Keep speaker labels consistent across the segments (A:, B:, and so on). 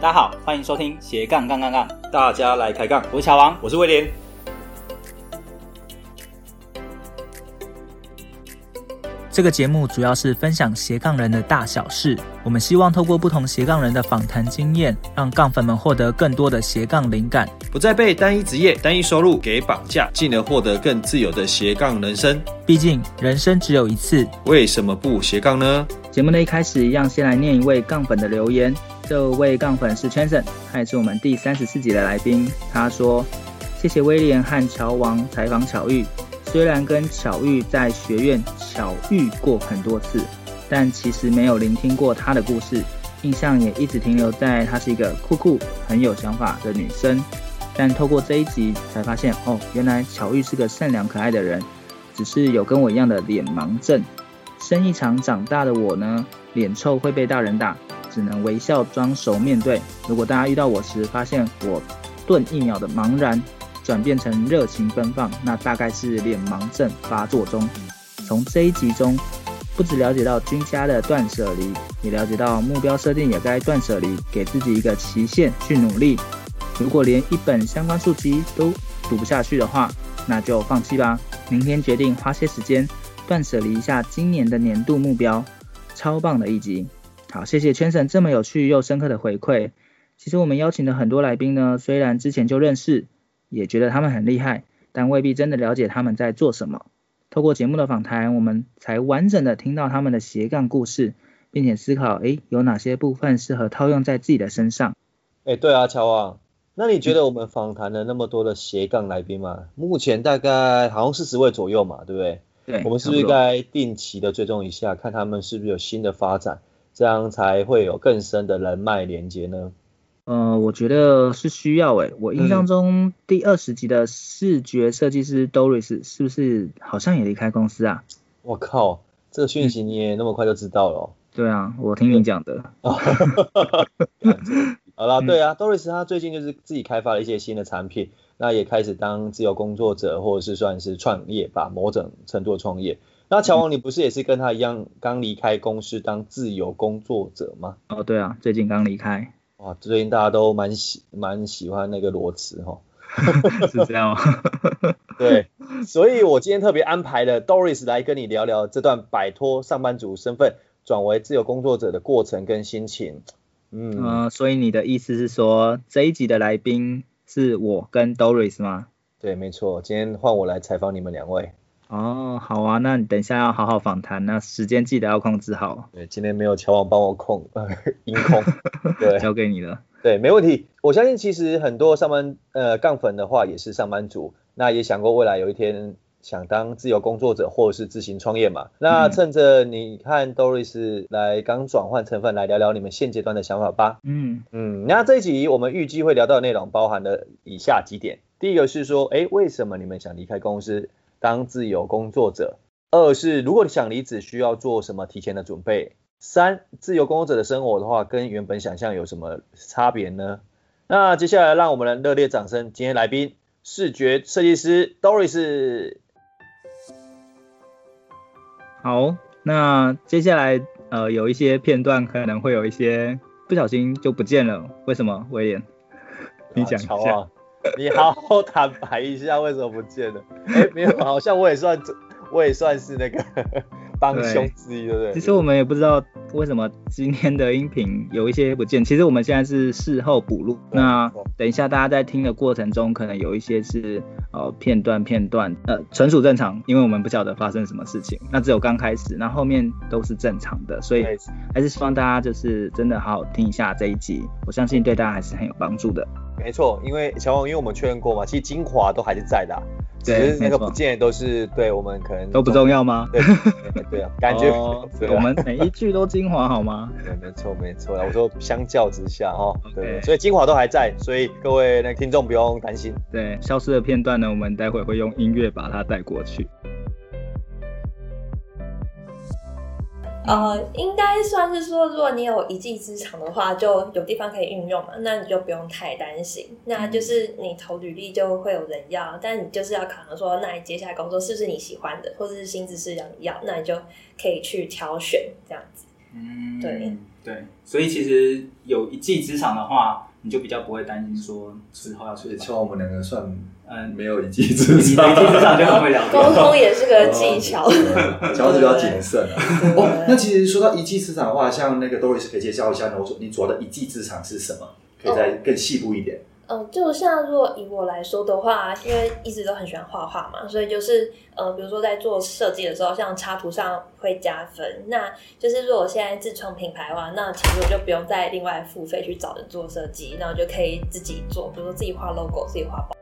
A: 大家好，欢迎收听斜杠杠杠杠，
B: 大家来开杠，
A: 我是乔王。
B: 我是威廉。
C: 这个节目主要是分享斜杠人的大小事，我们希望透过不同斜杠人的访谈经验，让杠粉们获得更多的斜杠灵感。
B: 不再被单一职业、单一收入给绑架，进而获得更自由的斜杠人生。
C: 毕竟人生只有一次。
B: 为什么不斜杠呢？
C: 节目的一开始，一样先来念一位杠粉的留言。这位杠粉是 Chanson，他也是我们第三十四集的来宾。他说：“谢谢威廉和乔王采访巧遇，虽然跟巧遇在学院巧遇过很多次，但其实没有聆听过她的故事，印象也一直停留在她是一个酷酷、很有想法的女生。但透过这一集才发现，哦，原来巧遇是个善良可爱的人，只是有跟我一样的脸盲症。生一场长大的我呢，脸臭会被大人打，只能微笑装熟面对。如果大家遇到我时，发现我顿一秒的茫然，转变成热情奔放，那大概是脸盲症发作中。从这一集中，不只了解到君家的断舍离，也了解到目标设定也该断舍离，给自己一个期限去努力。如果连一本相关书籍都读不下去的话，那就放弃吧。明天决定花些时间断舍离一下今年的年度目标，超棒的一集！好，谢谢圈神这么有趣又深刻的回馈。其实我们邀请的很多来宾呢，虽然之前就认识，也觉得他们很厉害，但未必真的了解他们在做什么。透过节目的访谈，我们才完整的听到他们的斜杠故事，并且思考，诶，有哪些部分适合套用在自己的身上。
B: 哎、对啊，乔王，那你觉得我们访谈了那么多的斜杠来宾嘛？目前大概好像四十位左右嘛，对不对？
C: 对，
B: 我们是不
C: 差
B: 是应
C: 多
B: 该定期的追踪一下，看他们是不是有新的发展，这样才会有更深的人脉连接呢？
C: 呃，我觉得是需要诶、我印
B: 嗯
C: 象中第二十集的视觉设计师 Doris 是不是好像也离开公司啊？
B: 我靠，这个讯息你也那么快就知道了、哦？
C: 对啊，我听你讲的。
B: 好啦，对啊，Doris 她最近就是自己开发了一些新的产品，那也开始当自由工作者，或者是算是创业吧，某种程度的创业。那乔王，你不是也是跟他一样刚离开公司当自由工作者吗？
C: 哦，对啊，最近刚离 开，
B: 哇，最近大家都蛮喜蛮喜欢那个裸辞哈。
C: 是这样哦吗？
B: 对，所以我今天特别安排了 Doris 来跟你聊聊这段摆脱上班族身份转为自由工作者的过程跟心情。嗯，
C: 呃，所以你的意思是说这一集的来宾是我跟 Doris 吗？
B: 对，没错，今天换我来采访你们两位。
C: 哦，好啊，那你等一下要好好访谈，那时间记得要控制好，
B: 对，今天没有乔王帮我控，呃音控。 对
C: 交给你了。
B: 对，没问题。我相信其实很多上班呃杠粉的话也是上班族，那也想过未来有一天想当自由工作者或者是自行创业嘛。那
C: 嗯
B: 趁着你看 Doris 来刚转换成分来聊聊你们现阶段的想法吧。
C: 嗯
B: 嗯，那这一集我们预计会聊到的内容包含了以下几点：第一个是说，哎，为什么你们想离开公司当自由工作者？二是如果你想离职，需要做什么提前的准备？三，自由工作者的生活的话，跟原本想象有什么差别呢？那接下来让我们来热烈掌声今天来宾视觉设计师 Doris。
C: 好，那接下来呃有一些片段可能会有一些不小心就不见了，为什么？威廉，你讲一
B: 好
C: 下。
B: 啊，你好好坦白一下，为什么不见了？哎、没有，好像我也算，我也算 是那个帮凶之一，对不对？
C: 其实我们也不知道为什么今天的音频有一些不见。其实我们现在是事后补录，
B: 对
C: 那
B: 没错
C: 等一下大家在听的过程中，可能有一些是呃片段片段，呃纯属正常，因为我们不晓得发生什么事情。那只有刚开始，那后面都是正常的，所以
B: 对
C: 还是希望大家就是真的好好听一下这一集，我相信对大家还是很有帮助的。
B: 没错，因为小王，因为我们确认过嘛，其实精华都还是在的啊、只
C: 对
B: 是那
C: 没
B: 个
C: 错
B: 不见的都是对我们可能
C: 都不重要吗？
B: 对。对对 对啊，感觉、
C: 哦
B: 对啊
C: 我们每一句都精华好吗？
B: 对，没错没错啊。我说相较之下哦，对
C: OK
B: 所以精华都还在，所以各位那个听众不用担心。
C: 对，消失的片段呢，我们待会会用音乐把它带过去。
D: 呃，应该算是说，如果你有一技之长的话，就有地方可以运用嘛，那你就不用太担心。那就是你投履历就会有人要，但你就是要考量说，那你接下来工作是不是你喜欢的，或者是薪资是要你要，那你就可以去挑选这样子。
A: 嗯，
D: 对
A: 对，所以其实有一技之长的话，你就比较不会担心说之后要出
E: 所以
A: 去
E: 其实我们两个算
A: 嗯，
E: 没有一技之
A: 你的一
E: 长，
A: 技之长就很会聊
D: 沟
A: 天。
D: 通也是个技巧。
E: 哦对讲话就比较谨慎啊。哦，那其实说到一技之长的话，像那个 Doris 可以介绍一下，我说你主要的一技之长是什么？可以
D: 哦
E: 再更细部一点。
D: 嗯，就像如果以我来说的话，因为一直都很喜欢画画嘛，所以就是呃，比如说在做设计的时候，像插图上会加分。那就是如果现在自创品牌的话，那其实我就不用再另外付费去找人做设计，那我就可以自己做，比如说自己画 logo，自己画包。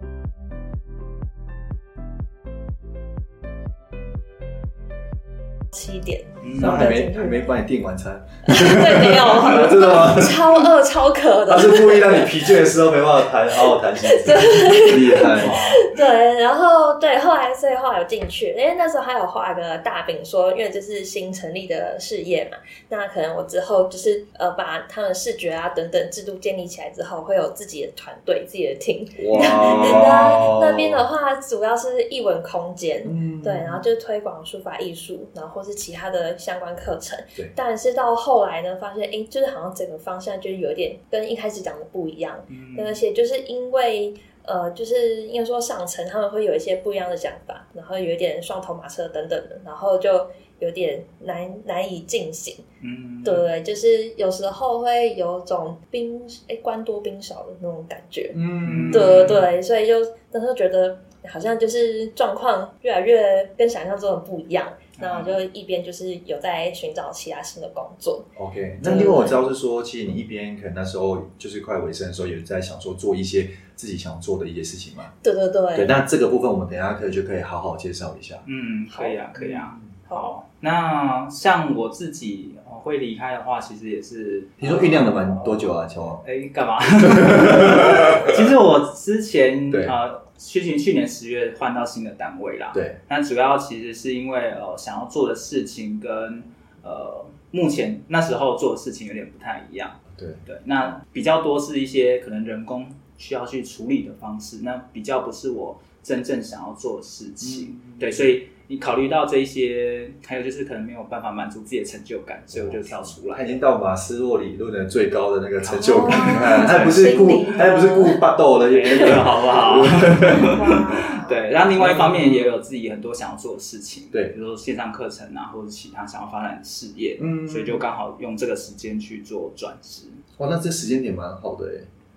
D: 七点，
A: 嗯
E: 那还没还没帮你订晚餐，
D: 对，没有，
E: 真的吗？啊
D: 超饿超渴的
E: 他。是故意让你疲倦的时候没办法哦谈，好好谈心事， 厉害。
D: 对，然后对，后来所以后来有进去，因为那时候还有画个大饼说，因为这是新成立的事业嘛，那可能我之后就是呃把他们视觉啊等等制度建立起来之后，会有自己的团队、自己的 team。
E: 哇，
D: 那那边的话，主要是艺文空间。
E: 哦嗯，
D: 对，然后就是推广书法艺术，然后或是其他的相关课程
E: 对。
D: 但是到后来呢，发现诶，就是好像整个方向就有点跟一开始讲的不一样。
A: 嗯
D: 而且就是因为呃，就是应该说上层他们会有一些不一样的想法，然后有一点双头马车等等的，然后就有点难难以进行，
A: 嗯，
D: 对不对？就是有时候会有种兵哎官多兵少的那种感觉，
E: 嗯，
D: 对对，所以就那时候觉得好像就是状况越来越跟想象中的不一样，
A: 嗯
D: 然后就一边就是有在寻找其他新的工作，
E: OK，那另外我知道是说，其实你一边可能那时候就是快尾声的时候，也在想说做一些自己想做的一些事情嘛。
D: 对对对，
E: 对，那这个部分我们等一下可以就可以好好介绍一下。
A: 嗯，可以啊，可以啊。
D: 好，
A: 好，那像我自己哦会离开的话，其实也是
E: 听说酝酿了蛮多久啊，乔
D: 哦
E: 王？
A: 哎，干 嘛？其实我之前
E: 对
A: 呃，去年去年十月换到新的单位啦。
E: 对，
A: 那主要其实是因为呃，想要做的事情跟呃，目前那时候做的事情有点不太一样。
E: 对
A: 对，那比较多是一些可能人工需要去处理的方式，那比较不是我真正想要做的事情。
E: 嗯
A: 对，所以你考虑到这一些，还有就是可能没有办法满足自己的成就感，所以我就跳出来
E: 他。已经到马斯洛理论的最高的那个成就感，
D: 哦
E: 他不是
D: 心
E: 顾
D: 灵，啊
E: 他不是顾巴豆的，
A: 没 有好不好？
D: 哇，
A: 对，然后另外一方面也有自己很多想要做的事情，
E: 对
A: 比如说线上课程啊，或者其他想要发展的事业，
E: 嗯
A: 所以就刚好用这个时间去做转职。
E: 哇，那这时间点蛮好的哎。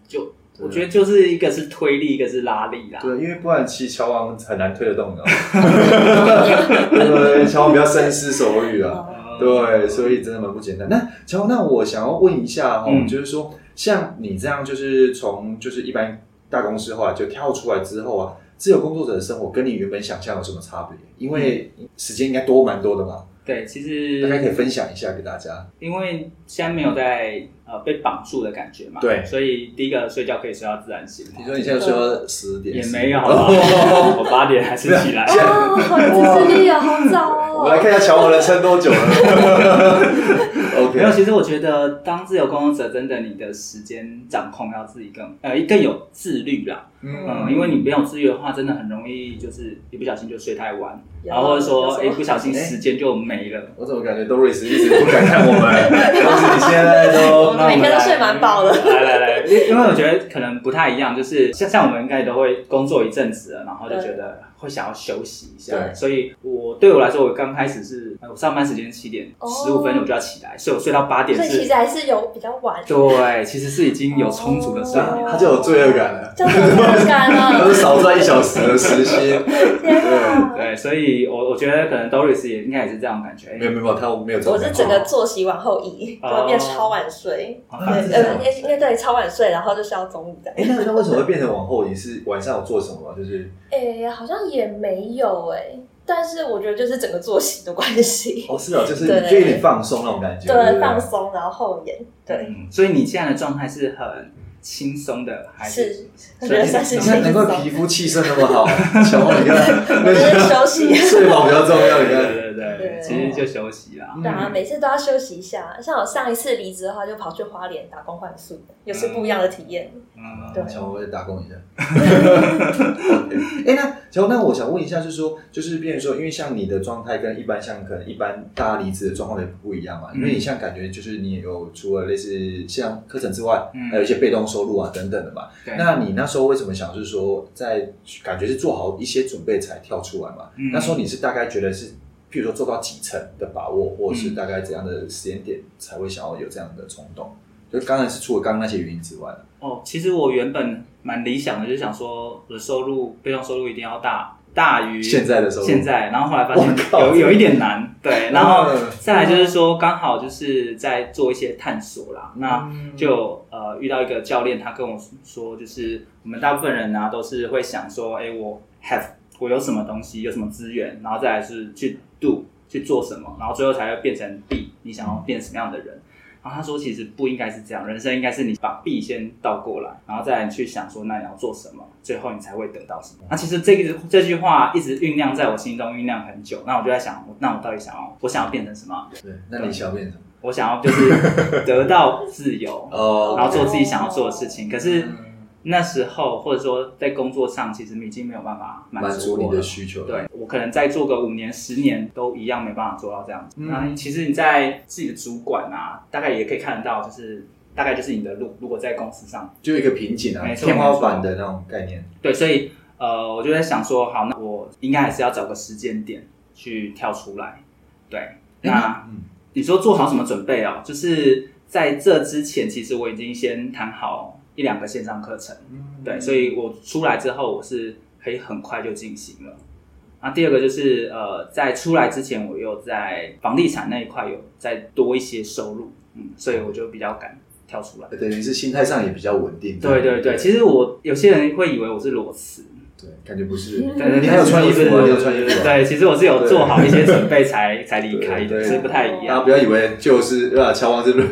A: 就
E: 对
A: 我觉得就是一个是推力，一个是拉力啦。
E: 对，因为不然其实乔王很难推得动的。 对，乔王比较深思熟虑啊。
A: 呃，
E: 对，所以真的蛮不简单。那乔，那我想要问一下哦，
A: 嗯
E: 就是说，像你这样，就是从就是一般大公司后来就跳出来之后啊，自由工作者的生活跟你原本想象有什么差别？因为
A: 嗯
E: 时间应该多蛮多的嘛，
A: 对，其
E: 大概可以
A: 实
E: 分享一下给大家。
A: 因为现在没有在呃被绑住的感觉嘛，
E: 对
A: 所以第一个睡觉可以睡到自然醒
C: 嗯
A: 嘛，
E: 你说你现在睡到十点，
A: 也
E: 11
A: 没有
E: 哦
A: 啦， 我八点还是起来。
D: 哦，好有自制力哦，好早
E: 我们来
D: 哦，
E: 看一下乔王能撑多 久了。OK，
A: 没有，其实我觉得当自由工作者，真的你的时间掌控要自己更呃更有自律啦。嗯，因为你没有自律的话，真的很容易就是一不小心就睡太晚，然后或者说哎、
D: 有时候
A: 不小心时间就没了。
E: 我怎么感觉 Doris 一直不敢看我们？但是你现在都
D: 我们每天都睡蛮饱的。
A: 来来来，因因为我觉得可能不太一样，就是像像我们应该都会工作一阵子了，然后就觉得会想要休息一下。
E: 对
A: 所以我对我来说，我刚开始是呃我上班时间七点
D: 哦
A: 十五分我就要起来，所以我睡到八点
D: 所以其
A: 是
D: 实。还是有比较晚，
A: 对，其实是已经有充足的睡眠。
E: 他就有罪恶感了，
D: 这样子太赶
E: 他
D: 了，
E: 是少赚一小时的时薪。
D: 天啊！
A: 对，所以我我觉得可能 Doris 也应该也是这样的感觉。哎
E: 没有没有，没有他没有这
D: 我
E: 种感
D: 是
E: 觉
D: 整个作息往后移，
A: 哦
D: 然后变超晚睡，
A: 好
D: 对，呃，应该应该对，超晚睡，然后就是要中午的。
E: 哎，那那为什么会变成往后？你是晚上有做什么吗？就是
D: 哎，好像也没有哎，但是我觉得就是整个作息的关系，
E: 哦，是啊，就是
D: 对
E: 就有点放松那种感觉，
D: 对，
E: 对，
D: 放。松，然后后延，对，
A: 嗯所以你现在的状态是很轻松的，还
D: 是，我
A: 所以
D: 觉得算是
E: 你
D: 轻
E: 看，难怪
D: 松，
E: 皮肤气色那么好，小王，你看，
D: 我就是休息。
E: 睡饱比较重要。你
A: 对
E: 看，
A: 对对不对？
D: 对
A: 其实就休息啦。
D: 对啊，每次都要休息一下。像我上一次离职的话，就跑去花莲打工换宿，也是不一样的体验。
A: 嗯，
D: 对
E: 想我也打 工一下。哎、那乔，那我想问一下，就是说，就是变成说，因为像你的状态跟一般像可能一般大家离职的状况也不一样嘛，因为你像感觉就是你也有除了类似像课程之外，
A: 嗯
E: 还有一些被动收入啊等等的嘛。
A: 对。
E: 那你那时候为什么想是说在感觉是做好一些准备才跳出来嘛？
A: 嗯
E: 那时候你是大概觉得是，譬如说做到几成的把握，或者是大概怎样的时间点才会想要有这样的冲动？就当然是除了刚刚那些原因之外了。
A: 哦，其实我原本蛮理想的，就是想说我的收入被动收入一定要大大于
E: 现在的收入
A: 现在，然后后来发
E: 我
A: 现
E: 靠
A: 有有一点难，对，然后
E: 嗯
A: 再来就是说刚好就是在做一些探索啦，那
E: 嗯
A: 就呃遇到一个教练，他跟我说，就是我们大部分人呢、都是会想说，哎，我 have 我有什么东西，有什么资源，然后再来是去 do 去做什么，然后最后才会变成 be 你想要
E: 嗯
A: 变什么样的人。然后他说，其实不应该是这样，人生应该是你把 B 先倒过来，然后再来你去想说，那你要做什么，最后你才会得到什么。那其实这个这句话一直酝酿在我心中，酝酿很久。那我就在想，那我到底想要，我想要变成什么样的人？
E: 对，那你想要变成什么？
A: 我想要就是 得到自由，
E: 哦嗯
A: 然后做自己想要做的事情。可呃是那时候，或者说在工作上，其实已经没有办法满
E: 满足
A: 我
E: 你
A: 了
E: 的。需求。
A: 对我可能再做个五年、十年都一样没办法做到这样子。
E: 嗯
A: 那、其实你在自己的主管啊，大概也可以看得到，就是大概就是你的路。如果在公司上，
E: 就有一个瓶颈啊，
A: 没错
E: 天花板的那种概念。
A: 对，所以呃，我就在想说，好，那我应该还是要找个时间点去跳出来。对，那
E: 嗯，
A: 你说做好什么准备哦？就是在这之前，其实我已经先谈好一两个线上课程。
E: 嗯
A: 对，所以我出来之后，我是可以很快就进行了。那第二个就是呃，在出来之前，我又在房地产那一块有再多一些收入，嗯，所以我就比较敢跳出来。
E: 呃等于是心态上也比较稳定。
A: 对对对，其实我有些人会以为我是裸辞，
E: 对，感觉不是。
A: 但是
E: 你还有穿衣服吗？
A: 对
E: 你有穿衣服吗？
A: 对，其实我是有做好一些准备才才离开
E: 啊对
A: 的，
E: 对
A: 是不太一
E: 然
A: 样。
E: 后不要以为就是啊，乔王 是不是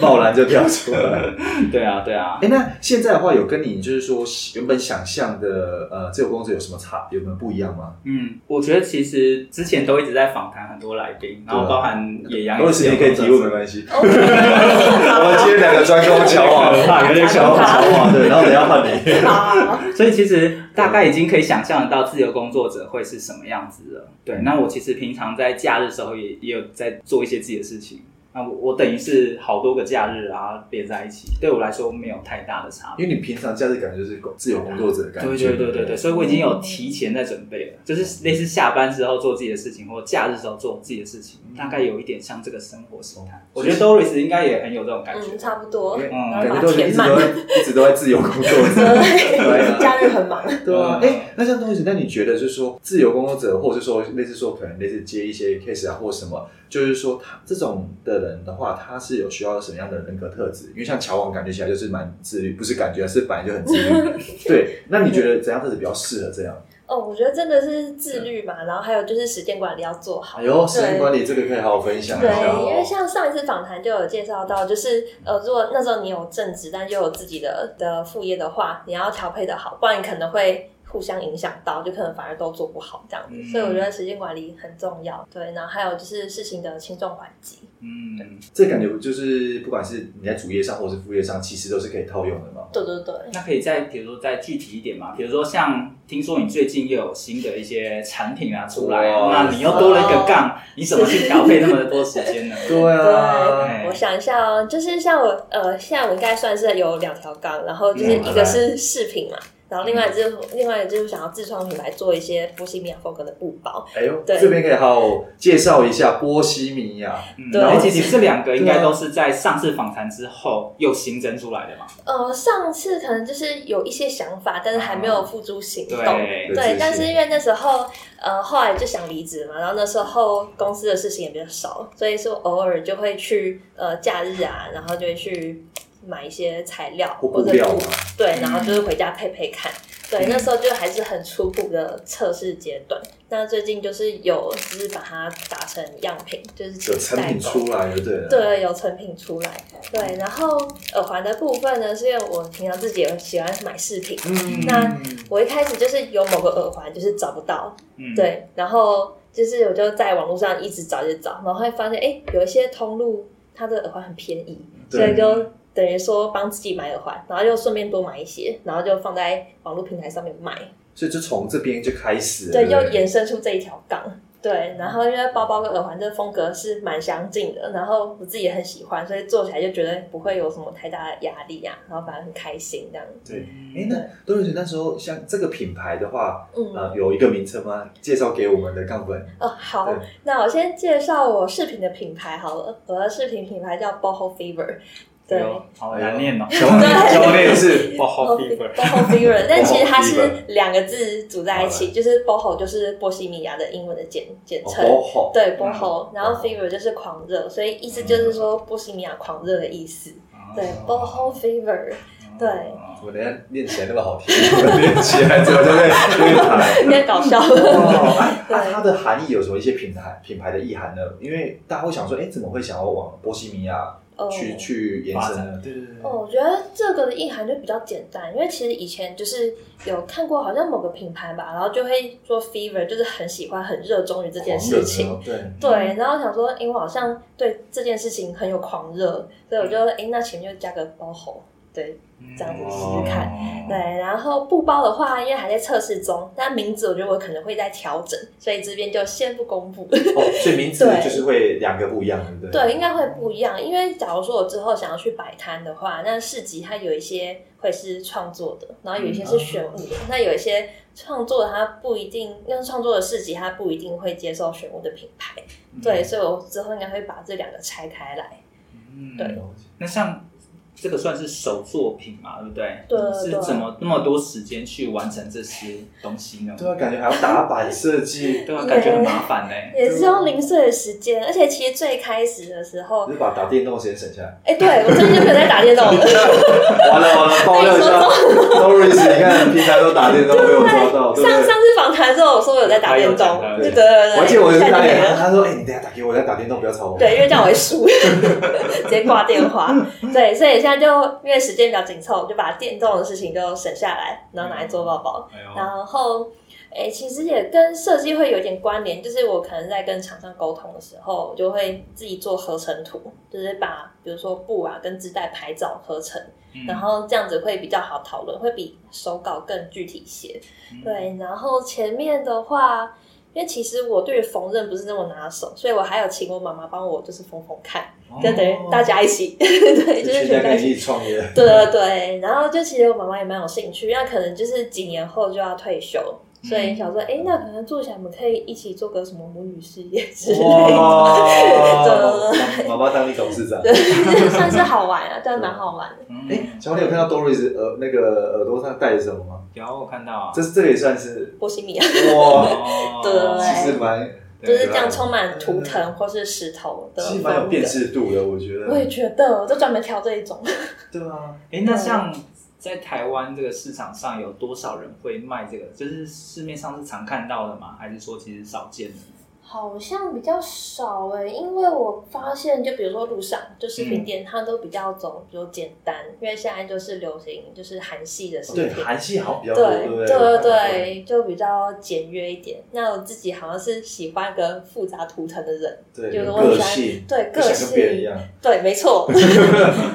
E: 贸然就跳出来？
A: 对啊，对啊
E: 哎、。那现在的话，有跟你就是说原本想象的呃自由工作有什么差，有没有不一样吗？
A: 嗯，我觉得其实之前都一直在访谈很多来宾，然后
E: 对啊
A: 包含野羊
E: 如
A: 也
E: 果
A: 是
E: 时间
A: 有
E: 可以提问没
A: 工作
E: 关系。
D: 哦
E: 我们今天两个专攻乔
A: 有点可
E: 王，
A: 怕有点可
E: 乔
A: 怕
E: 乔王啊 对，然后等一下换你。
D: 好，
A: 所以其实大概已经可以想象得到自由工作者会是什么样子了。对，
E: 嗯
A: 那我其实平常在假日的时候也也有在做一些自己的事情。那我我等于是好多个假日啊连在一起，对我来说没有太大的差别。
E: 因为你平常假日感觉就是自由工作者的感
A: 对
E: 觉，
A: 对对对对，所以我已经有提前在准备了，就是类似下班之后做自己的事情，或假日时候做自己的事情，大概有一点像这个生活形态。我觉得 Doris 应该也很有这种感觉
D: 嗯，。差不多，
E: 因为
D: 然后
E: 感觉
D: 把
E: 都
D: 它
E: 是一
D: 填
E: 直
D: 满
E: 都。在一直都在自由工作者，对啊
D: 对，假日很忙。
E: 对啊，哎、
A: 嗯
E: 那像东西，那你觉得就是说自由工作者，或者是说类似说可能类似接一些 case 啊，或什么，就是说他这种的人的话，他是有需要什么样的人格特质？因为像乔王感觉起来就是蛮自律，不是感觉是本来就很自律。对，那你觉得怎样特质比较适合这样？
D: 哦，我觉得真的是自律嘛，然后还有就是时间管理要做好。
E: 哎呦，时间管
D: 理。
E: 理这个可以好好分享一
D: 对，
E: 下哦。
D: 因为像上一次访谈就有介绍到，就是呃，如果那时候你有正职，但又有自己的的副业的话，你要调配的好，不然你可能会互相影响到，就可能反而都做不好这样子。
A: 嗯
D: 所以我觉得时间管理很重要。对，然后还有就是事情的轻重缓急。
A: 嗯，
E: 这感觉就是不管是你在主业上或是副业上，其实都是可以套用的嘛。
D: 对对对。
A: 那可以再比如说再具体一点嘛，比如说像听说你最近又有新的一些产品啊出来，
E: 哇
A: 那你又多了一个杠，你怎么去调配那么多时间呢？
E: 对啊，
A: 哎
D: 对，我想一下哦，就是像我呃，现在我应该算是有两条杠，然后就是
A: 嗯
D: 一个是饰品嘛，然后另外就是另外一个就是想要自创品牌做一些波西米亚风格的布包，
E: 哎呦，
D: 对
E: 这边可以好好介绍一下波西米亚。
A: 嗯
D: 对
A: 然
E: 啊
A: 后其实这两个应该都是在上次访谈之后又新增出来的嘛。
D: 呃，上次可能就是有一些想法，但是还没有付诸行动。
A: 哦对
E: 有自信
D: 对，但啊是因为那时候，呃，后来就想离职嘛，然后那时候公司的事情也比较少，所以说偶尔就会去呃假日啊，然后就会去买一些材料
E: 或
D: 或
E: 布
D: 者
E: 料
D: 布
E: 嘛嗯
D: 对，然后就是回家配配看。对，那时候就还是很初步的测试阶段。那最近就是有，就是把它打成样品，就是
E: 有
D: 请
E: 产品
D: 代
E: 出
D: 工
E: 来就对了。
D: 对，有成品出来。对，然后耳环的部分呢，是因为我平常自己也喜欢买饰品。
E: 嗯，
D: 那我一开始就是有某个耳环，就是找不到，
A: 嗯，
D: 对，然后就是我就在网络上一直找，一直找，然后会发现，哎，有一些通路它的耳环很便宜，
E: 对
D: 所以就等于说帮自己买耳环，然后就顺便多买一些，然后就放在网络平台上面卖，
E: 所以就从这边就开始了，
D: 对，
E: 不
D: 又延伸出这一条杠。对，然后因为包包跟耳环这风格是蛮相近的，然后我自己也很喜欢，所以做起来就觉得不会有什么太大的压力啊，然后反而很开心这样。
E: 对。哎，那多瑞姐那时候像这个品牌的话，
D: 嗯，
E: 呃，有一个名称吗？介绍给我们 的杠粉。
D: 哦，好
E: 对，
D: 那我先介绍我饰品的品牌好了，我的饰品品牌叫 Boho Fever，对。
A: 哎呦好难念哦。
E: 小妹，小妹 是
A: Boho Fever，
D: boho fever，但其实它
E: Boho
D: 是
E: Fever
D: 两个字组在一起，就是 boho 就是波西米亚的英文的简简称，
E: 哦吼，
D: 对 boho，、然后 fever 就是狂热，所以意思就是说波西米亚狂热的意思，对 boho fever，对
E: 我等一下念起来那么好听，念起来之后就会就会台。
D: 有点搞笑。
E: 哦，啊
D: 对
E: 啊它的含义有什么一些品牌品牌的意涵呢？因为大家会想说，哎，怎么会想要往波西米亚
D: 哦
E: 去去延伸呢？对对对，
D: 哦，我觉得这个的意涵就比较简单，因为其实以前就是有看过好像某个品牌吧，然后就会说 fever，就是很喜欢、很热衷于这件事情。
E: 狂哦热的，
D: 对，然后想说，因为我好像对这件事情很有狂热，所以我就哎，那前面就加个包红，对，
A: 嗯
D: 这样子试试看。对，然后布包的话，因为还在测试中，但名字我觉得我可能会再调整，所以这边就先不公布。
E: 对，哦，所以名字
D: 对
E: 就是会两个不一样，对不对？
D: 对，应该会不一样，因为假如说我之后想要去摆摊的话，那市集它有一些会是创作的，然后有一些是选物的，那有一些创作的它不一定，因为创作的市集它不一定会接受选物的品牌，对，所以我之后应该会把这两个拆开来。
A: 嗯
D: 对
E: 了解。
A: 那像这个算是手作品嘛，对不对？啊
D: 对
A: 你
D: 对
A: 是怎么那么多时间去完成这些东西呢？
E: 对啊，感觉还要打版设计，
A: 对啊，
D: 也
A: 感觉很麻烦嘞。
D: 也是用零碎的时间，而且其实最开始的时候
E: 就，是把打电动时间省下来。
D: 哎、对我最近就没有在打电动了，
E: 完了完了，爆料一下
D: 哎
E: ，Doris，你看平常都打电动没有抓到，对
D: 上上
E: 不对？
D: 次访谈的时候我说我有在打电动，
A: 还有讲到
D: 对对对，
E: 而且我是
D: 现在就
E: 打
D: 没
E: 电
D: 了
E: 动，他说：“哎，你等一下打给我，我在打电动，不要
A: 哦
E: 吵我。”
D: 对，因为这样我 会输，直接挂电话。对，所以现在就因为时间比较紧凑，就把电动的事情就省下来，然后拿来做包包。
A: 哎呦，
D: 然后，诶、其实也跟设计会有一点关联，就是我可能在跟厂商沟通的时候，我就会自己做合成图，就是把比如说布啊跟织带拍照合成，
A: 嗯
D: 然后这样子会比较好讨论，会比手稿更具体一些。
A: 嗯
D: 对，然后前面的话，因为其实我对于缝纫不是那么拿手，所以我还有请我妈妈帮我就是缝缝看，
E: 哦
D: 就等于大家一起， 对，
E: 就
D: 就是
E: 全
D: 学
E: 家
D: 在一
E: 跟你
D: 起。
E: 一起创业。
D: 对对对，然后就其实我妈妈也蛮有兴趣，那可能就是几年后就要退休，所以想说，哎，那可能做起来我们可以一起做个什么母语事业之类的，
E: 哇！妈妈当你董事长。
D: 对，就是 算是好玩啊，但蛮好玩的。
A: 嗯
E: 哎，小李有看到 Doris 耳那个耳朵上戴着什么吗？
A: 有我看到啊
E: 这，是这个也算是
D: 波西米亚
E: 哇，
A: 哦
D: 对
E: 其实蛮
D: 就是这样充满图腾或是石头的风
E: 其实
D: 格，
E: 蛮有辨识度的，我觉得。
D: 我也觉得，我就专门挑这一种。
E: 对啊，
A: 哎，那像在台湾这个市场上有多少人会卖这个？就是市面上是常看到的吗？还是说其实少见的？
D: 好像比较少诶、因为我发现，就比如说路上，就饰品店，它都比较走比较简单，因为现在就是流行就是韩系的饰
E: 对，
D: 品，
E: 韩系好像比较多，
D: 对
E: 对不
D: 对对对，就比较简约一点。那我自己好像是喜欢一个复杂图腾的人，
E: 对，
D: 就是
E: 有
D: 我很
E: 个
D: 喜欢
E: 性，
D: 对
E: 不
D: 个
E: 想跟别人一
D: 性，
E: 样。
D: 对，没 错。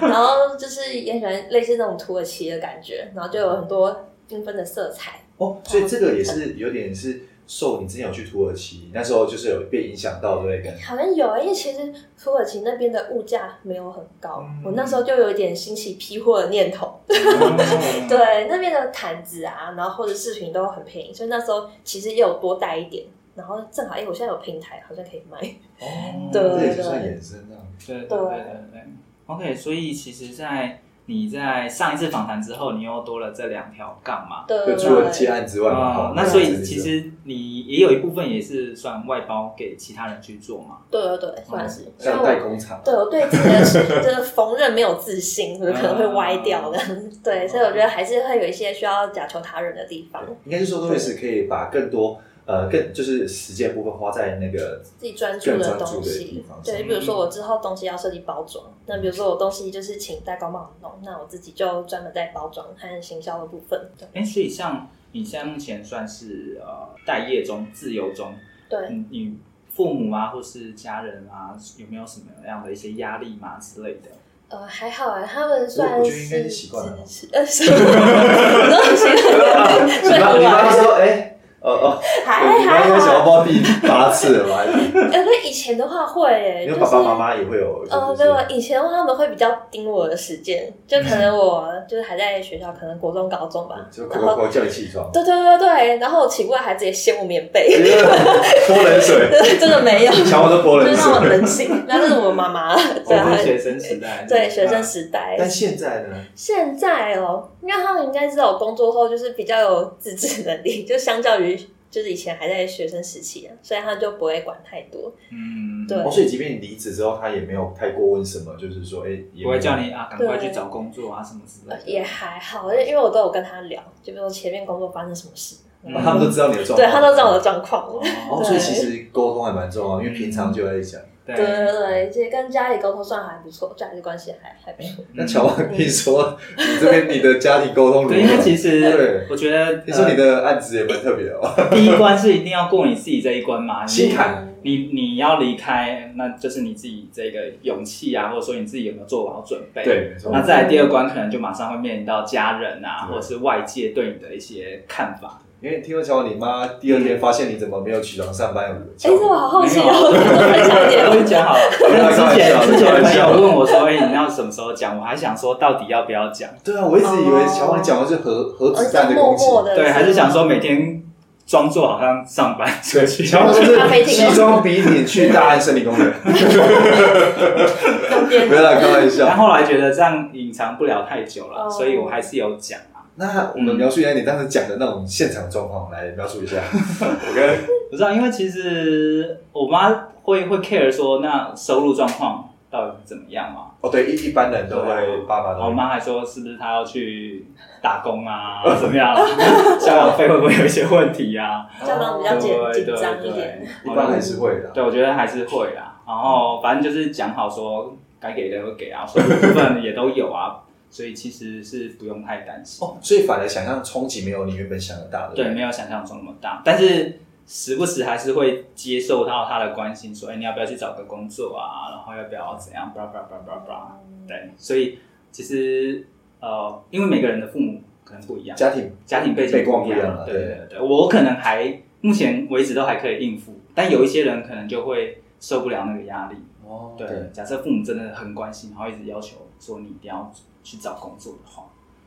D: 然后就是也喜欢类似那种土耳其的感觉，然后就有很多缤纷的色彩。
E: 哦，所以这个也是有点是受你之前有去土耳其，那时候就是有被影响到，对不对？
D: 好像有，因为其实土耳其那边的物价没有很高，
E: 嗯
D: 我那时候就有一点兴起批货的念头。
A: 嗯
E: 嗯
A: 对，
D: 对，那边的毯子啊，然后或者饰品都很便宜，所以那时候其实也有多带一点。然后正好，哎、我现在有平台，好像可以卖。
E: 哦，
D: 对
E: 这也
D: 对
E: 是算
D: 对
E: 衍生啊。
A: 对对对对对。OK，所以其实，在你在上一次访谈之后，你又多了这两条杠嘛？
D: 对
E: 就除了接案之外嘛，
A: 啊、
E: 好
A: 那
E: 对
A: 所
E: 这
A: 以
E: 是
A: 其实你也有一部分也是算外包给其他人去做嘛。
D: 对对对，算是。因为
E: 嗯像
D: 我
E: 代工厂，
D: 对我对自己 的这个缝纫没有自信，我就可能会
E: 啊
D: 歪掉的。对，所以我觉得还是会有一些需要假求他人的地方，
E: 应该是说 Doris 可以把更多呃更就是实践部分花在那 个
D: 自己专注
E: 更专
D: 的
E: 注
D: 东
E: 的地
D: 西
E: 方。
D: 对，比如说我之后东西要设计包装，那比如说我东西就是请代工帮我弄，那我自己就专门在包装和行销的部分。对
A: 哎，所以像你现在目前算是呃待业中、自由中，
D: 对，
A: 你你父母啊，或是家人啊，有没有什么样的一些压力嘛之类的？
D: 呃，还好啊，他们算
E: 我觉得应该
D: 是
E: 是习惯了吧
D: 是是呃，是我都很习惯，
E: 你
D: 对
E: 妈你妈
D: 我
E: 说，哎，哦哦，
D: 还
E: 你妈
D: 还
E: 应该想要
D: 好。
E: 包第八次了吧？
D: 呃，那以前的话会耶，
E: 因
D: 就
E: 为
D: 是
E: 爸爸妈妈也会哦有，
D: 呃，没
E: 就是
D: 有，以前的话他们会比较盯我的时间，就可能我就是还在学校，可能国中、高中吧，
E: 就
D: 然
E: 口
D: 后
E: 口叫你起床，
D: 对对对对，然后我奇怪还直接掀我棉被，
E: 泼冷 水，
D: 真的没有，就
E: 强我都泼冷
D: 让我
E: 水。
D: 冷醒。那是我妈妈，对
A: 我
D: 啊
A: 们，哦学生时代，
D: 对学生时代。
E: 但现在呢？
D: 现在哦，因为他们应该知道我工作后就是比较有自制能力，就相较于就是以前还在学生时期啊，所以他就不会管太多。
A: 嗯，
D: 对
E: 哦，所以即便你离职之后，他也没有太过问什么，就是说，哎，也没有
A: 不会叫你啊，赶快去找工作啊什么之类的。
D: 呃也还好，因为我都有跟他聊，就比如说前面工作发生什么事，
E: 哦， 他们都知道你的状况，
D: 对他都知道我的状况。
E: 哦，
A: 哦，
E: 所以其实沟通还蛮重要，因为平常就在讲。
A: 对
D: 对对对，这跟家里沟通算还不错，家里关系还还不错。哎
E: 那乔旺跟你说，你这边你的家庭沟通如
A: 嗯对，因为
E: 何？
A: 其实
E: 对
A: 我觉得，
E: 你说你的案子也蛮特别的哦，
A: 呃第一关是一定要过你自己这一关嘛，你
E: 心态
A: 你你要离开，那就是你自己这个勇气啊，或者说你自己有没有做好准备。。
E: 对，没错
A: 那再来第二关，可能就马上会面临到家人啊，
E: 对
A: 或者是外界对你的一些看法。
E: 因为听说乔旺你妈第二天发现你怎么没有起床上班，有啊
D: 哎，这我好好奇
A: 没
D: 哦，
A: 有啊
D: 分享一
A: 我跟
D: 点。
A: 你讲好了，
E: 开玩笑
A: 之前之前
E: 开玩
A: 朋
E: 笑
A: 友问我说：“哎，你要什么时候讲？”我还想说，到底要不要讲？
E: 对啊，我一直以为乔旺讲的是核核
D: 我
E: 子
D: 是
E: 弹的
D: 默
E: 攻击，
D: 默的，
A: 对，还是想说每天装作好像上班出去。
E: 乔旺就是西 装笔挺去大安森林公园，
D: 旁边
E: 没有啦，开玩
A: 但
E: 笑。
A: 后来觉得这样隐藏不了太久了，
D: 哦
A: 所以我还是有讲啊。
E: 那我们描述一下你当时讲的那种现场状况，来描述一下。我跟
A: 不知道，因为其实我妈会会 care 说，那收入状况到底怎么样嘛？
E: 哦，对，一一般人都会，爸妈
A: 然
E: 都
A: 后我
E: 会。
A: 妈还说，是不是她要去打工啊？怎么样啊？ 赡养费会不会有一些问题啊？
D: 家长比较紧
A: 哦对
D: 紧
A: 对
D: 张一
A: 对
D: 点。，
E: 一般还是会的。
A: 对，我觉得还是会啦。然后反正就是讲好说，该给的会给啊，所以部分也都有啊， 所以其实是不用太担心。
E: 哦，所以反而想象冲击没有你原本想的大的。
A: 对，没有想象中那么大，但是时不时还是会接受到他的关心，说，哎，你要不要去找个工作啊？然后要不要怎样？巴拉巴拉巴拉巴拉巴拉。对，所以其实呃，因为每个人的父母可能不一样，
E: 家庭
A: 家庭背景
E: 光
A: 一
E: 不一样了
A: 对
E: 对
A: 对对，我可能还目前为止都还可以应付，但有一些人可能就会受不了那个压力。
E: 哦
A: 对，假设父母真的很关心，然后一直要求说你一定要去找工作的话，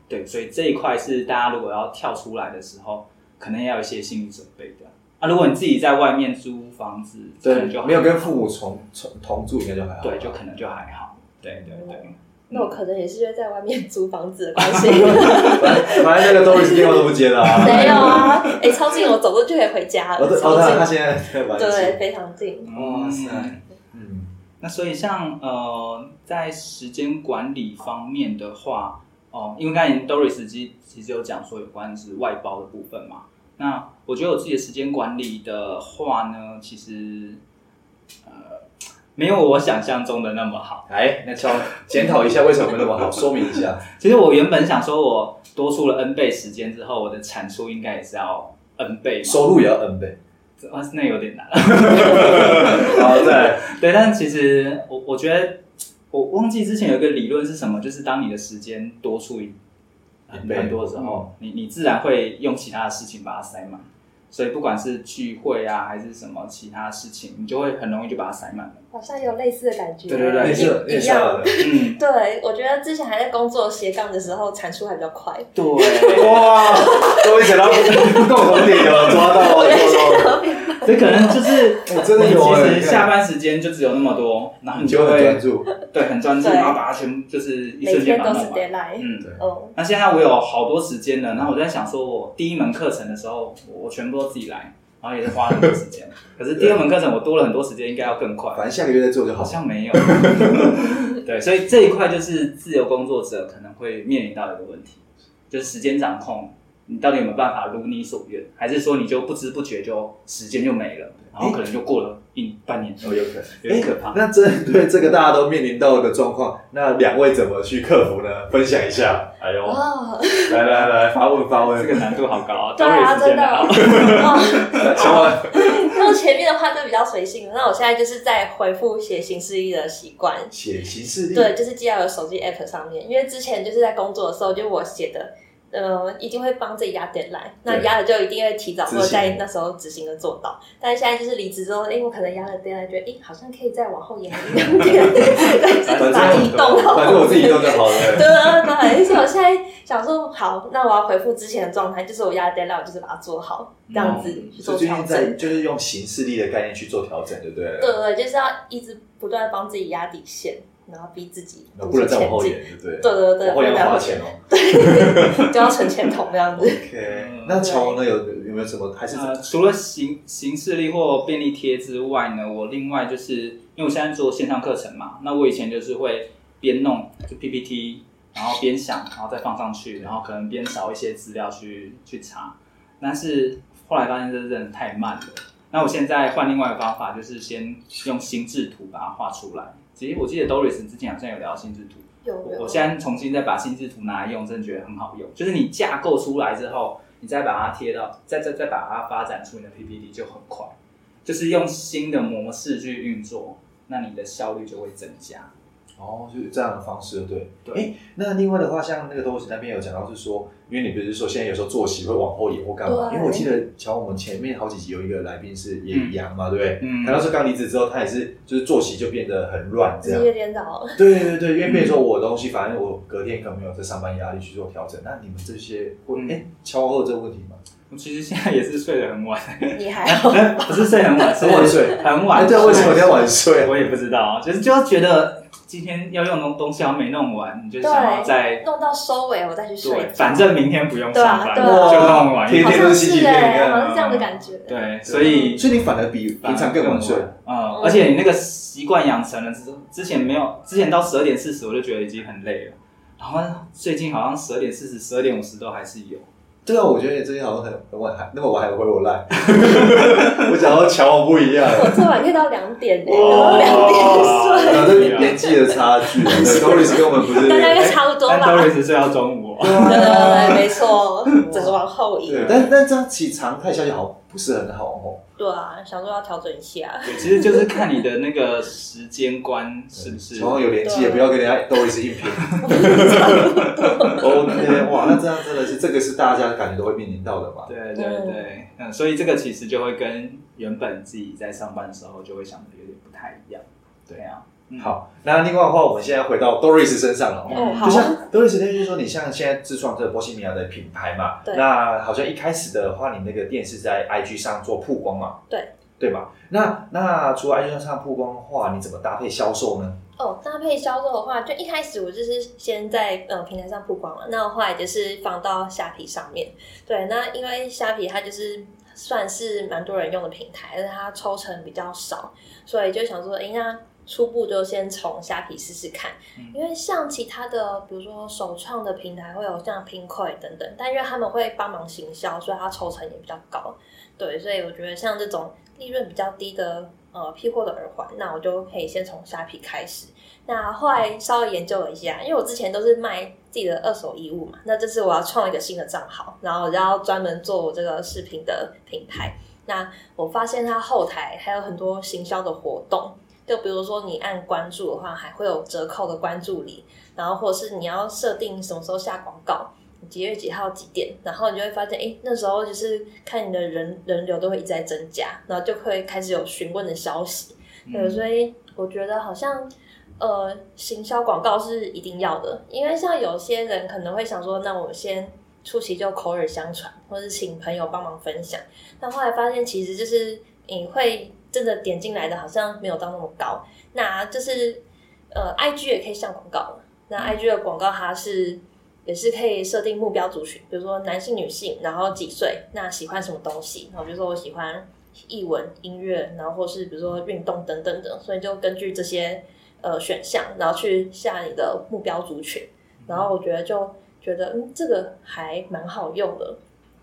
A: 对，所以这一块是大家如果要跳出来的时候，可能要有一些心理准备的。啊，如果你自己在外面租房子，可能就
E: 对，
A: 还
E: 没有跟父母同同同住，应该就还好。
A: 对，就可能就还好。对对对，
D: 那我可能也是因为在外面租房子的关系，
E: 反正那个 Doris 电话都不接了 啊。
D: 没有 啊，哎，超近，我走路就可以回家
E: 哦，
D: 了，
E: 对，哦，他他
D: 超近，
E: 现在在玩
D: 对，。非常近。
E: 哇塞
A: 嗯，
E: 嗯，
A: 那所以像呃，在时间管理方面的话，哦、因为刚才 Doris 其其实有讲说有关是外包的部分嘛。那我觉得我自己的时间管理的话呢，其实呃，没有我想象中的那么好。
E: 哎，那乔检讨一下为什么会那么好，说明一下。
A: 其实我原本想说，我多出了 n 倍时间之后，我的产出应该也是要 n 倍嘛。
E: 哎收入也要 N 倍。
A: 这啊，那有点难。
E: 好，再来。
A: 对，但其实我我觉得，我忘记之前有一个理论是什么，就是当你的时间多出一很
E: 一倍
A: 啊很多的时
D: 嗯
A: 候，你你自然会用其他的事情把它塞满。所以不管是聚会啊，还是什么其他事情，你就会很容易就把它塞 满了。
D: 好像有类似的感觉，
A: 对对对
E: 那是那
D: 一
E: 是哦
D: 样。
E: 了。
A: 嗯，
D: 对，我觉得之前还在工作斜杠的时候，产出还比较快。
A: 对，
E: 哇，终于想到共同点有抓到了，抓到了。
A: 这可能就是
E: 我真的有哎
A: 你其实下班时间就只有那么多，然后你
E: 你就
A: 就
E: 很专
A: 会
E: 注，
A: 对很专注，
D: 对
A: 然后把它全部就是一
D: 每
A: 瞬
D: 天
A: 间把
D: 都
A: 它
D: 是
A: 弄完。
D: deadline。
A: 嗯，
D: 哦，
A: 那现在我有好多时间了，然后我在想说，我第一门课程的时候，我全部都自己来，然后也是花了很多时间。可是第二门课程我多了很多时间，应该要更快，
E: 反正下个月再做就好
A: 好。像没 有。对，所以这一块就是自由工作者可能会面临到的一个问题，就是时间掌控，你到底有没有办法如你所愿，还是说你就不知不觉就时间就没了，然后可能就过了一半年，
E: 哦，有可能。
A: 有点可怕。
E: 那针对这个大家都面临到的状况，那两位怎么去克服呢？分享一下。哎呦，
D: 哦，
E: 来来来，发问发问
A: 这。个难度好高啊！
D: 对啊，
A: Doris
D: 真
A: 真
D: 的，
A: 的好
D: 哦，
E: 乔文，
D: 说前面的话就比较随性，那我现在就是在回复写形式力的习惯，
E: 写形式力，
D: 对，就是记在我的手机 app 上面，因为之前就是在工作的时候，就我写的，呃，一定会帮自己压 deadline，那
E: 对
D: 压了就一定会提早
E: 执
D: 或者在
E: 行
D: 那时候执行的做到。但是现在就是离职之后，因为我可能压了 deadline，觉得诶好像可以再往后延一两天， 对，
E: 反
D: 就
E: 正
D: 是把它移动到
E: 反正我自己弄就好了。
D: 对啊，对，所以我现在想说，好，那我要回复之前的状态，就是我压 deadline，我就是把它做好，这样子去
E: 嗯
D: 做
E: 所以最
D: 调
E: 近
D: 整。
E: 在就是用形式力的概念去做调整，对不对了？
D: 对对，对就是要一直不断地帮自己压底线，然后逼自己
E: 那不能再往后
D: 前进
E: 延，对不对？
D: 对对对，
E: 往后延要花钱哦。
D: 就要存钱筒那样子。
E: OK，那乔王呢有有没有什么还是
A: 呃，除了形形式力或便利贴之外呢，我另外就是因为我现在做线上课程嘛，那我以前就是会边弄就 PPT，然后边想，然后再放上去，然后可能边找一些资料去去查，但是后来发现这真的太慢了。那我现在换另外一个方法，就是先用心智图把它画出来。其实我记得 Doris 之前好像有聊心智图，
D: 有
A: 我我现在重新再把心智图拿来用，真的觉得很好用。就是你架构出来之后，你再把它贴到，再再再把它发展出你的 PPT 就很快，就是用新的模式去运作，那你的效率就会增加。
E: 哦，就是这样的方式，对。
A: 对
E: 哎，那另外的话，像那个东西那边有讲到是说，因为你不是说现在有时候作息会往后延或干嘛？
D: 对
E: 因为我记得乔我们前面好几集有一个来宾是也一样嘛，对不对？
A: 嗯
E: 他那时候刚离职之后，他也是就是作息就变得很乱这
D: 日
E: 样。
D: 夜颠倒，
E: 对对对，因为比如说我的东西，反正我隔天可能没有在上班压力去做调整。那你们这些会
A: 嗯
E: 哎，乔会有这个问题吗？
A: 我其实现在也是睡得很晚，
D: 你还好。
A: 不是睡很晚， 是
E: 很晚睡
A: 很
E: 哎
A: 晚。
E: 对，为什么你要晚睡？
A: 我也不知道，就是就是觉得今天要用的东西还没弄完，你就想要
D: 对
A: 再
D: 弄到收尾我再去睡
A: 对，
D: 觉，
A: 反正明天不用
D: 对啊
A: 上班，
D: 对啊
A: 就弄完一
E: 天
D: 好
A: 天。
E: 天都
D: 像
E: 是星期
D: 是
E: 天
D: 哎、
E: 你看
D: 好像是这样的感觉。
A: 对，啊所以
E: 所以你反而比平常更晚睡。
A: 嗯，
D: 哦
A: 而且你那个习惯养成了之后，之前没有，之前到十二点四十我就觉得已经很累了，然后最近好像十二点四十、十二点五十都还是有。
E: 对啊，我觉得你最近好像很很晚，还那么晚还回我赖。我想要乔王不一样。
D: 我最晚可以到两点呢、欸
E: 哦
D: 两点睡，
E: 然后这年纪的差 距，对，Doris 跟我们不是。
D: 大家应该差不多
A: 但
D: 吧？对
A: Doris 睡到中午、哦，
D: 对对，对没错，整个往后移。
E: 对，啊但但这样其实常态下就好，不是很好哦。
D: 对啊，想说要调整一下。
A: 对，其实就是看你的那个时间观是不是
E: 乔。嗯王有年纪，
D: 对
E: 也不要跟人家 Doris 硬拼。OK，哇， 那这样真的是，这个是大家感觉都会面临到的嘛。
A: 对对对，嗯，所以这个其实就会跟原本自己在上班的时候就会想的有点不太一样。对啊，嗯、，
E: 好，那另外的话，我们现在回到 Doris 身上了。
D: 哦，好
E: 就，像 Doris 那就是说，你像现在自创这个波西米亚的品牌嘛，
D: 对
E: 那好像一开始的话，你那个店是在 IG 上做曝光嘛，
D: 对
E: 对吧？那那除了 IG 上曝光的话，你怎么搭配销售呢？
D: 哦，搭配销售的话，就一开始我就是先在呃平台上曝光了，那我后来就是放到虾皮上面。对，那因为虾皮它就是算是蛮多人用的平台，但是它抽成比较少，所以就想说，哎、那初步就先从虾皮试试看。
A: 嗯
D: 因为像其他的，比如说首创的平台会有像 Pinkoi 等等，但因为他们会帮忙行销，所以它抽成也比较高。对，所以我觉得像这种利润比较低的呃批货的耳环，那我就可以先从虾皮开始。那后来稍微研究了一下，因为我之前都是卖自己的二手衣物嘛，那这次我要创一个新的账号，然后我就要专门做我这个饰品的品牌。那我发现它后台还有很多行销的活动，就比如说你按关注的话，还会有折扣的关注礼，然后或者是你要设定什么时候下广告，几月几号几点，然后你就会发现，哎，那时候就是看你的人人流都会一直在增加，然后就会开始有询问的消息。对，所以我觉得好像呃，行销广告是一定要的，因为像有些人可能会想说，那我先初期就口耳相传，或是请朋友帮忙分享，但后来发现其实就是你会真的点进来的好像没有到那么高，那就是呃，IG 也可以上广告了，那
A: 嗯
D: IG 的广告它是。也是可以设定目标族群，比如说男性、女性，然后几岁，那喜欢什么东西，然后比如说我喜欢译文、音乐，然后或是比如说运动等等的，所以就根据这些呃选项，然后去下你的目标族群，
A: 嗯
D: 然后我觉得就觉得嗯，这个还蛮好用的，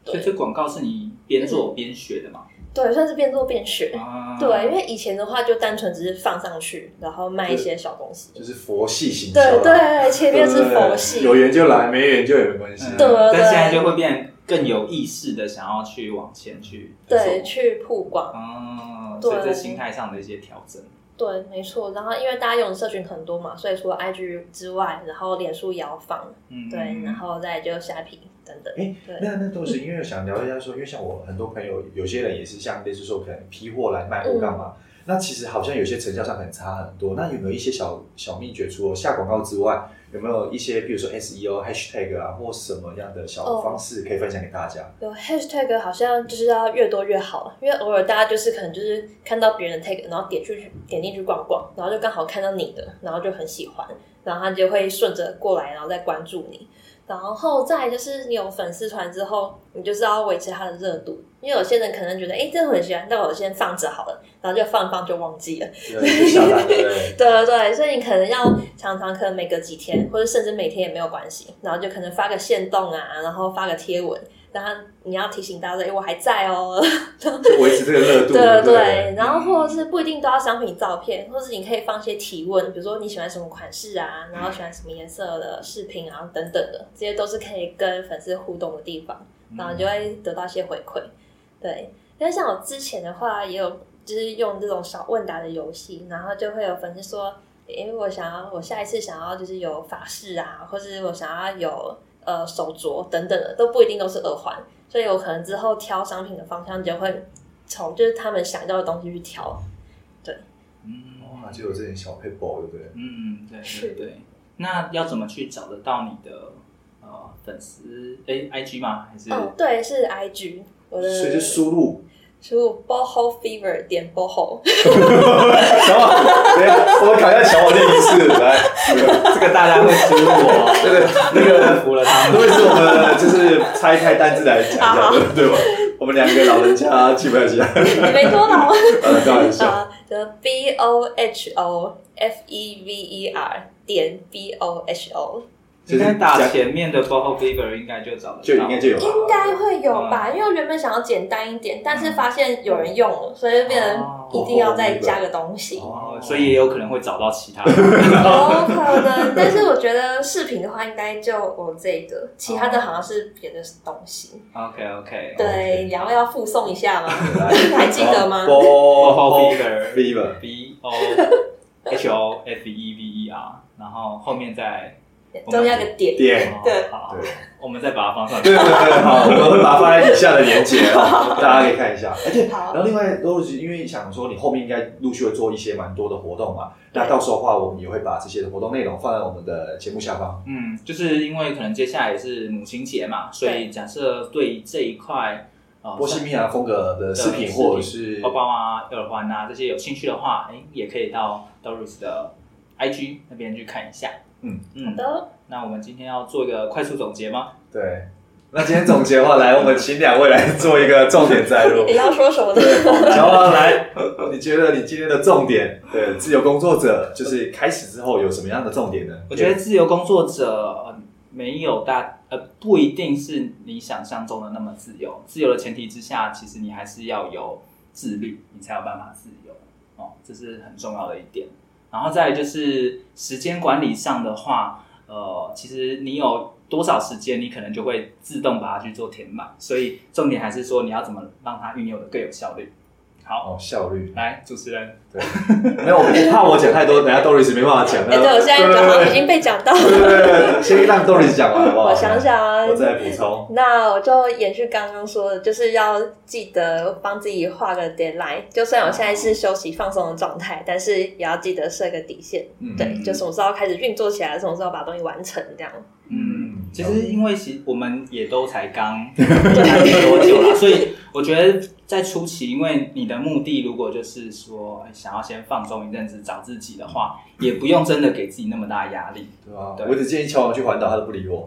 A: 所以这广告是你边做边学的嘛？
D: 对，算是边做边学。
A: 啊，
D: 对，因为以前的话就单纯只是放上去，然后卖一些小东西。
E: 就是佛系行销啦，
D: 对啊对，前面是佛系，
E: 有缘就来，没缘就也没关系。
A: 嗯
D: 对对
A: 但现在就会变更有意识的想要去往前去做。
D: 对，去曝光。
A: 哦，么，所以这
D: 对
A: 心态上的一些调整。
D: 对，没错。然后因为大家用的社群很多嘛，所以除了 IG 之外，然后脸书也要放，
A: 嗯，
D: 对，然后再就虾皮等等。
E: 哎
D: 对，嗯
E: 那那都是因为我想聊一下说，因为像我很多朋友，有些人也是像类似说可能批货来
D: 嗯
E: 卖或干嘛，那其实好像有些成效上可能差很多。那有没有一些小小秘诀，除了下广告之外，有没有一些比如说 SEO、hashtag 啊，或什么样的小
D: 哦
E: 方式可以分享给 大家？
D: 有 hashtag 好像就是要越多越好，因为偶尔大家就是可能就是看到别人的 tag，然后点去点进去逛逛，然后就刚好看到你的，然后就很喜欢，然后他就会顺着过来，然后再关注你。然后再来就是你有粉丝团之后，你就是要维持它的热度，因为有些人可能觉得哎，这个很喜欢，但我先放着好了，然后就放放就忘记了。
E: 对，就下单对不对？
D: 对对对，所以你可能要常常可能每隔几天，或者甚至每天也没有关系，然后就可能发个线动啊，然后发个贴文，然后你要提醒大家说，哎，我还在哦。
E: 就维持这个热度，
D: 对
E: 对
D: 对
E: 不
D: 对，然后或者是不一定都要商品照片，或是你可以放一些提问，比如说你喜欢什么款式啊，然后喜欢什么颜色的饰品啊等等的，这些都是可以跟粉丝互动的地方。然后就会得到一些回馈。对，因为像我之前的话，也有就是用这种小问答的游戏，然后就会有粉丝说，诶、我想要我下一次想要就是有法式啊，或是我想要有呃手镯等等的，都不一定都是耳环，所以我可能之后挑商品的方向就会从就是他们想要的东西去挑。
A: 嗯，
E: 哇，就有这点小 p a p e 对不对？
A: 嗯，对对
D: 是
A: 对。那要怎么去找得到你的呃粉丝？哎，IG 吗？还是、
D: 哦，对，是 IG，我的
E: 所以就输入，
D: 输入 boho fever 点 boho，
E: 小王，等一下，啊我们考一下小王的仪式，来，
A: 这个大家会输入我，
E: 这个那个
A: 服了他们。
E: 如果是我们就是拆开单字来讲一下，
D: 好
E: 对对吧？我们两个老人家 记不太起来，
D: 你没多老。
E: 呃，开玩 笑。
D: 啊，的 B O H O F E V E R 点 B O H O，
A: 应
E: 就是
A: 该打
E: 讲
A: 前面的 Boho Fever 应该就找得到，
E: 就应该就有了。
D: 应该会有哦吧？因为我原本想要简单一点，但是发现有人用了，所以就变
A: 哦
D: 成一定要再加个东西，
A: 哦，所以也有可能会找到其他的。
D: 有哦可能。但是我觉得饰品的话，应该就我这个，其他的好像是别的东西。
A: OK OK，
D: 对，然后要附送一下吗？
E: 来
D: 还记得吗？
E: Boho
A: Boho Fever
E: 哦 Fever
A: B O H O F E V E R，然后后面再
D: 中间有个点。
E: 点。
A: 哦
D: 对
A: 好
E: 对，
A: 我们再把它放上
E: 对
A: 去。
E: 对对，好，我们会把它放在以下的连接 啊，大家可以看一下。而且，然
D: 好
E: 后另外都是因为想说你后面应该陆续会做一些蛮多的活动嘛，那到时候的话，我们也会把这些活动内容放在我们的节目下方。
A: 嗯，就是因为可能接下来也是母亲节嘛，所以假设对这一块呃
E: 波西米亚风格的饰品或者是
A: 包包啊、耳环啊这些有兴趣的话，哎，也可以到 Doris 的 IG 那边去看一下。
E: 嗯
A: 嗯，
D: 的
A: 那我们今天要做一个快速总结吗？
E: 对，那今天总结的话，来，我们请两位来做一个重点摘 录
D: 你。要说什么呢？
E: 小王来，你觉得你今天的重点，对自由工作者，就是开始之后有什么样的重点呢？
A: 我觉得自由工作者、呃、没有大呃不一定是你想象中的那么自由。自由的前提之下，其实你还是要有自律，你才有办法自由哦，这是很重要的一点。然后再来就是时间管理上的话，呃，其实你有多少时间，你可能就会自动把它去做填满。所以重点还是说你要怎么让它运用的更有效率。好，
E: 哦，效率。
A: 来主持人，
E: 没有，我不怕我讲太多，等下 Doris 没办法讲。
D: 哎，对，我现在刚好已
E: 对
D: 经被讲到
E: 对对对对，先让 Doris 讲完好不好？
D: 我想想啊
E: 我再补充。
D: 那我就延续刚刚说的，就是要记得帮自己画个 deadline。就算我现在是休息放松的状态，但是也要记得设个底线。
E: 嗯
D: 对，就什么时候开始运作起来，什么时候把东西完成，这样。
A: 嗯，其实因为其我们也都才刚才没多久啦，所以我觉得在初期，因为你的目的如果就是说哎想要先放松一阵子找自己的话，也不用真的给自己那么大的压力。
E: 对啊
A: 对，
E: 我只建议乔王去环岛，他都不理 我，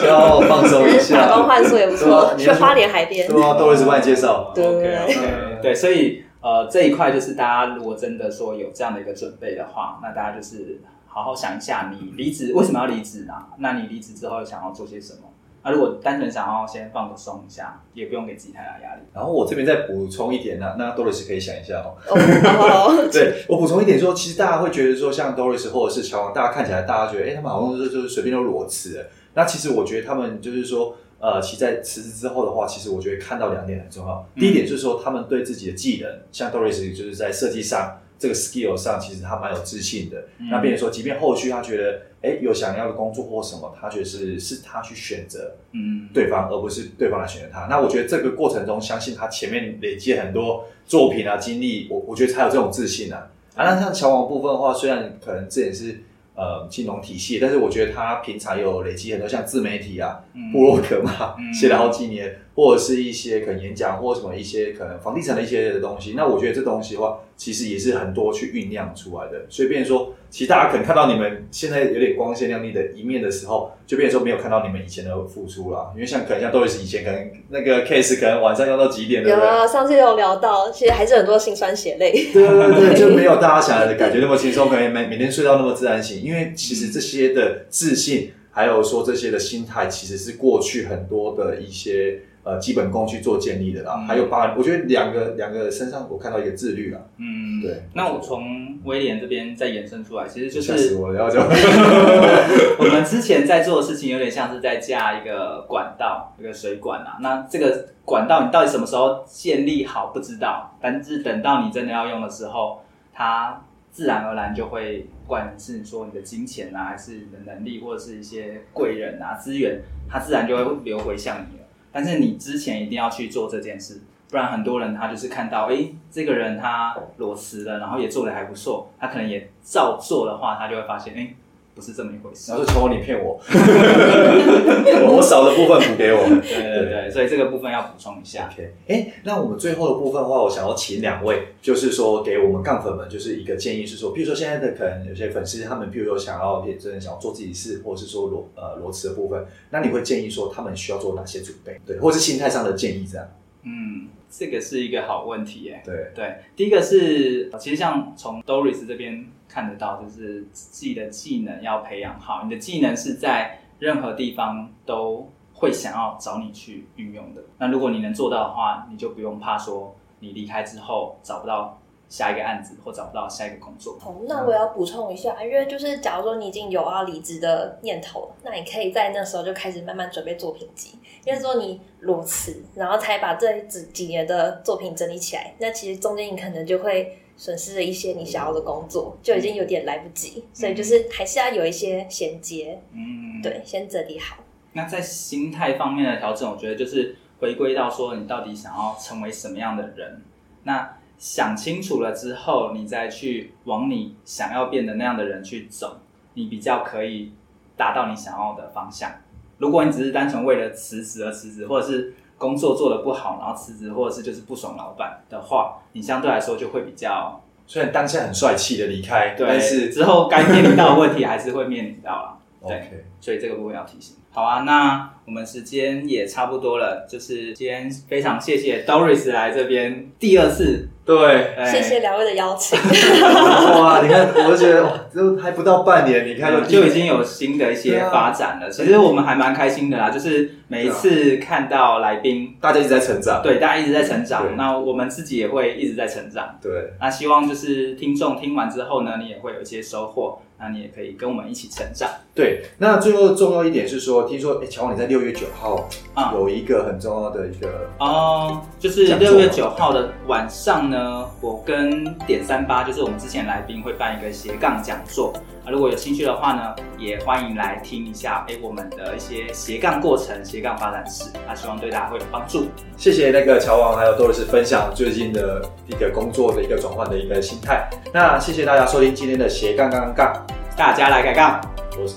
E: 就要放松一
D: 只是
E: 下。
D: 打工换宿也不
E: 对啊
D: 错，
E: 你
D: 去
E: 要
D: 花莲海边。
E: 对啊，Doris 帮你介绍。
D: 对
A: OK，OK，对，所以呃这一块就是大家如果真的说有这样的一个准备的话，那大家就是好好想一下，你离职为什么要离职啊？那你离职之后想要做些什么？那、如果单纯想要先放个松一下，也不用给自己太大压力。
E: 然后我这边再补充一点呢、啊那 Doris 可以想一下哦。
D: 哦，好好
E: 对我补充一点说，其实大家会觉得说，像 Doris 或者是乔王，大家看起来大家觉得，哎、他们好像就是就是随便都裸辞了。那其实我觉得他们就是说，呃，其实在辞职之后的话，其实我觉得看到两点很重要。第一点就是说，他们对自己的技能，像 Doris 就是在设计上这个 skill 上，其实他蛮有自信的。
A: 嗯
E: 那变成说，即便后续他觉得，哎，有想要的工作或什么，他觉得是是他去选择
A: 嗯，
E: 对方，而不是对方来选择他。那我觉得这个过程中，相信他前面累积很多作品啊、经历，我我觉得才有这种自信啊。啊，那像乔王的部分的话，虽然可能之前是呃金融体系，但是我觉得他平常有累积很多像自媒体啊、
A: 嗯
E: 部落格嘛
A: 嗯，
E: 写了好几年，或者是一些可能演讲或什么一些可能房地产的一些的东西。那我觉得这东西的话，其实也是很多去酝酿出来的。所以，变成说，其实大家可能看到你们现在有点光鲜亮丽的一面的时候，就变成说没有看到你们以前的付出啦。因为像可能像都是以前可能那个 case 可能晚上要到几点， 对
D: 有
E: 不对？
D: 啊，上次有聊到，其实还是很多辛酸血 泪。
E: 对对 对，就没有大家想的感觉那么轻松，可能每每天睡到那么自然醒，因为其实这些的自信，还有说这些的心态，其实是过去很多的一些呃基本功去做建立的啦。
A: 嗯
E: 还有把我觉得两个两个身上我看到一个自律啦，
A: 嗯，
E: 对
A: 那我从威廉这边再延伸出来，其实就
E: 吓死
A: 是
E: 我了，要讲
A: 我们之前在做的事情，有点像是在架一个管道，一个水管啊。那这个管道你到底什么时候建立好不知道，但是等到你真的要用的时候，它自然而然就会，不管是说你的金钱啊，还是你的能力，或者是一些贵人啊资源，它自然就会流回向你了。但是你之前一定要去做这件事，不然很多人他就是看到，诶，这个人他裸辞了，然后也做的还不错，他可能也照做的话，他就会发现，诶，不是这么一回事
E: 然。后说求你骗我， 我我少的部分补给我。
A: 对对对，所以这个部分要补充一下。
E: OK，哎，那我们最后的部分的话，我想要请两位，就是说给我们杠粉们就是一个建议，是说，譬如说现在的可能有些粉丝他们，譬如说想要真的想要做自己事，或者是说裸呃裸辞的部分，那你会建议说他们需要做哪些准备？对，或是心态上的建议这样。
A: 嗯，这个是一个好问题耶。
E: 对，
A: 对，第一个是，呃其实像从 Doris 这边看得到，就是自己的技能要培养好，你的技能是在任何地方都会想要找你去运用的。那如果你能做到的话，你就不用怕说你离开之后找不到下一个案子或找不到下一个工作。
D: 哦，那我也要补充一下，因为就是假如说你已经有要离职的念头了，那你可以在那时候就开始慢慢准备作品集，因为说你裸辞，然后才把这几几年的作品整理起来，那其实中间你可能就会损失了一些你想要的工作，就已经有点来不及，所以就是还是要有一些衔接，
A: 嗯，。
D: 对，先整理好。
A: 那在心态方面的调整，我觉得就是回归到说你到底想要成为什么样的人。那想清楚了之后，你再去往你想要变得那样的人去走，你比较可以达到你想要的方向。如果你只是单纯为了辞职而辞职，或者是工作做得不好然后辞职，或者是就是不爽老板的话，你相对来说就会比较
E: 虽然当下很帅气的离开，
A: 对，
E: 但是
A: 之后该面临到的问题还是会面临到啦。对
E: OK，
A: 所以这个部分要提醒。好啊，那我们时间也差不多了，就是今天非常谢谢 Doris 来这边第二次，
E: 对，
A: 哎
D: 谢谢两位的邀 请，
E: 哇，你看，我就觉得哇，这还不到半年，你看
A: 嗯就已经有新的一些
E: 对啊
A: 发展了。其实我们还蛮开心的啦，就是每一次看到来宾，
E: 大家一直在成长，
A: 对大家一直在成
E: 对
A: 长，那我们自己也会一直在成长。
E: 对，
A: 那希望就是听众听完之后呢，你也会有一些收获，那你也可以跟我们一起成长。
E: 对，那最后重要一点是说，听说哎，乔王你在六月九号
A: 啊
E: 有一个很重要的一个
A: 哦，就是
E: 讲座
A: 六月九号的晚上呢，我跟点三八，就是我们之前来宾会办一个斜杠讲座啊，如果有兴趣的话呢，也欢迎来听一下，哎，我们的一些斜杠过程、斜杠发展史，那希望对大家会有帮助。
E: 谢谢那个乔王还有多 o 斯分享最近的一个工作的一个转换的一个心态。那谢谢大家收听今天的斜杠杠杠，
A: 大家来改杠，
E: 我是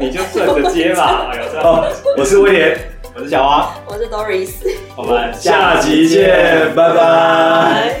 A: 你就顺着接吧。哎呦，这
E: 哦，我是威廉，
A: 我是小王，
D: 我是 Doris，
A: 我们
E: 下集见，拜拜。
D: 拜。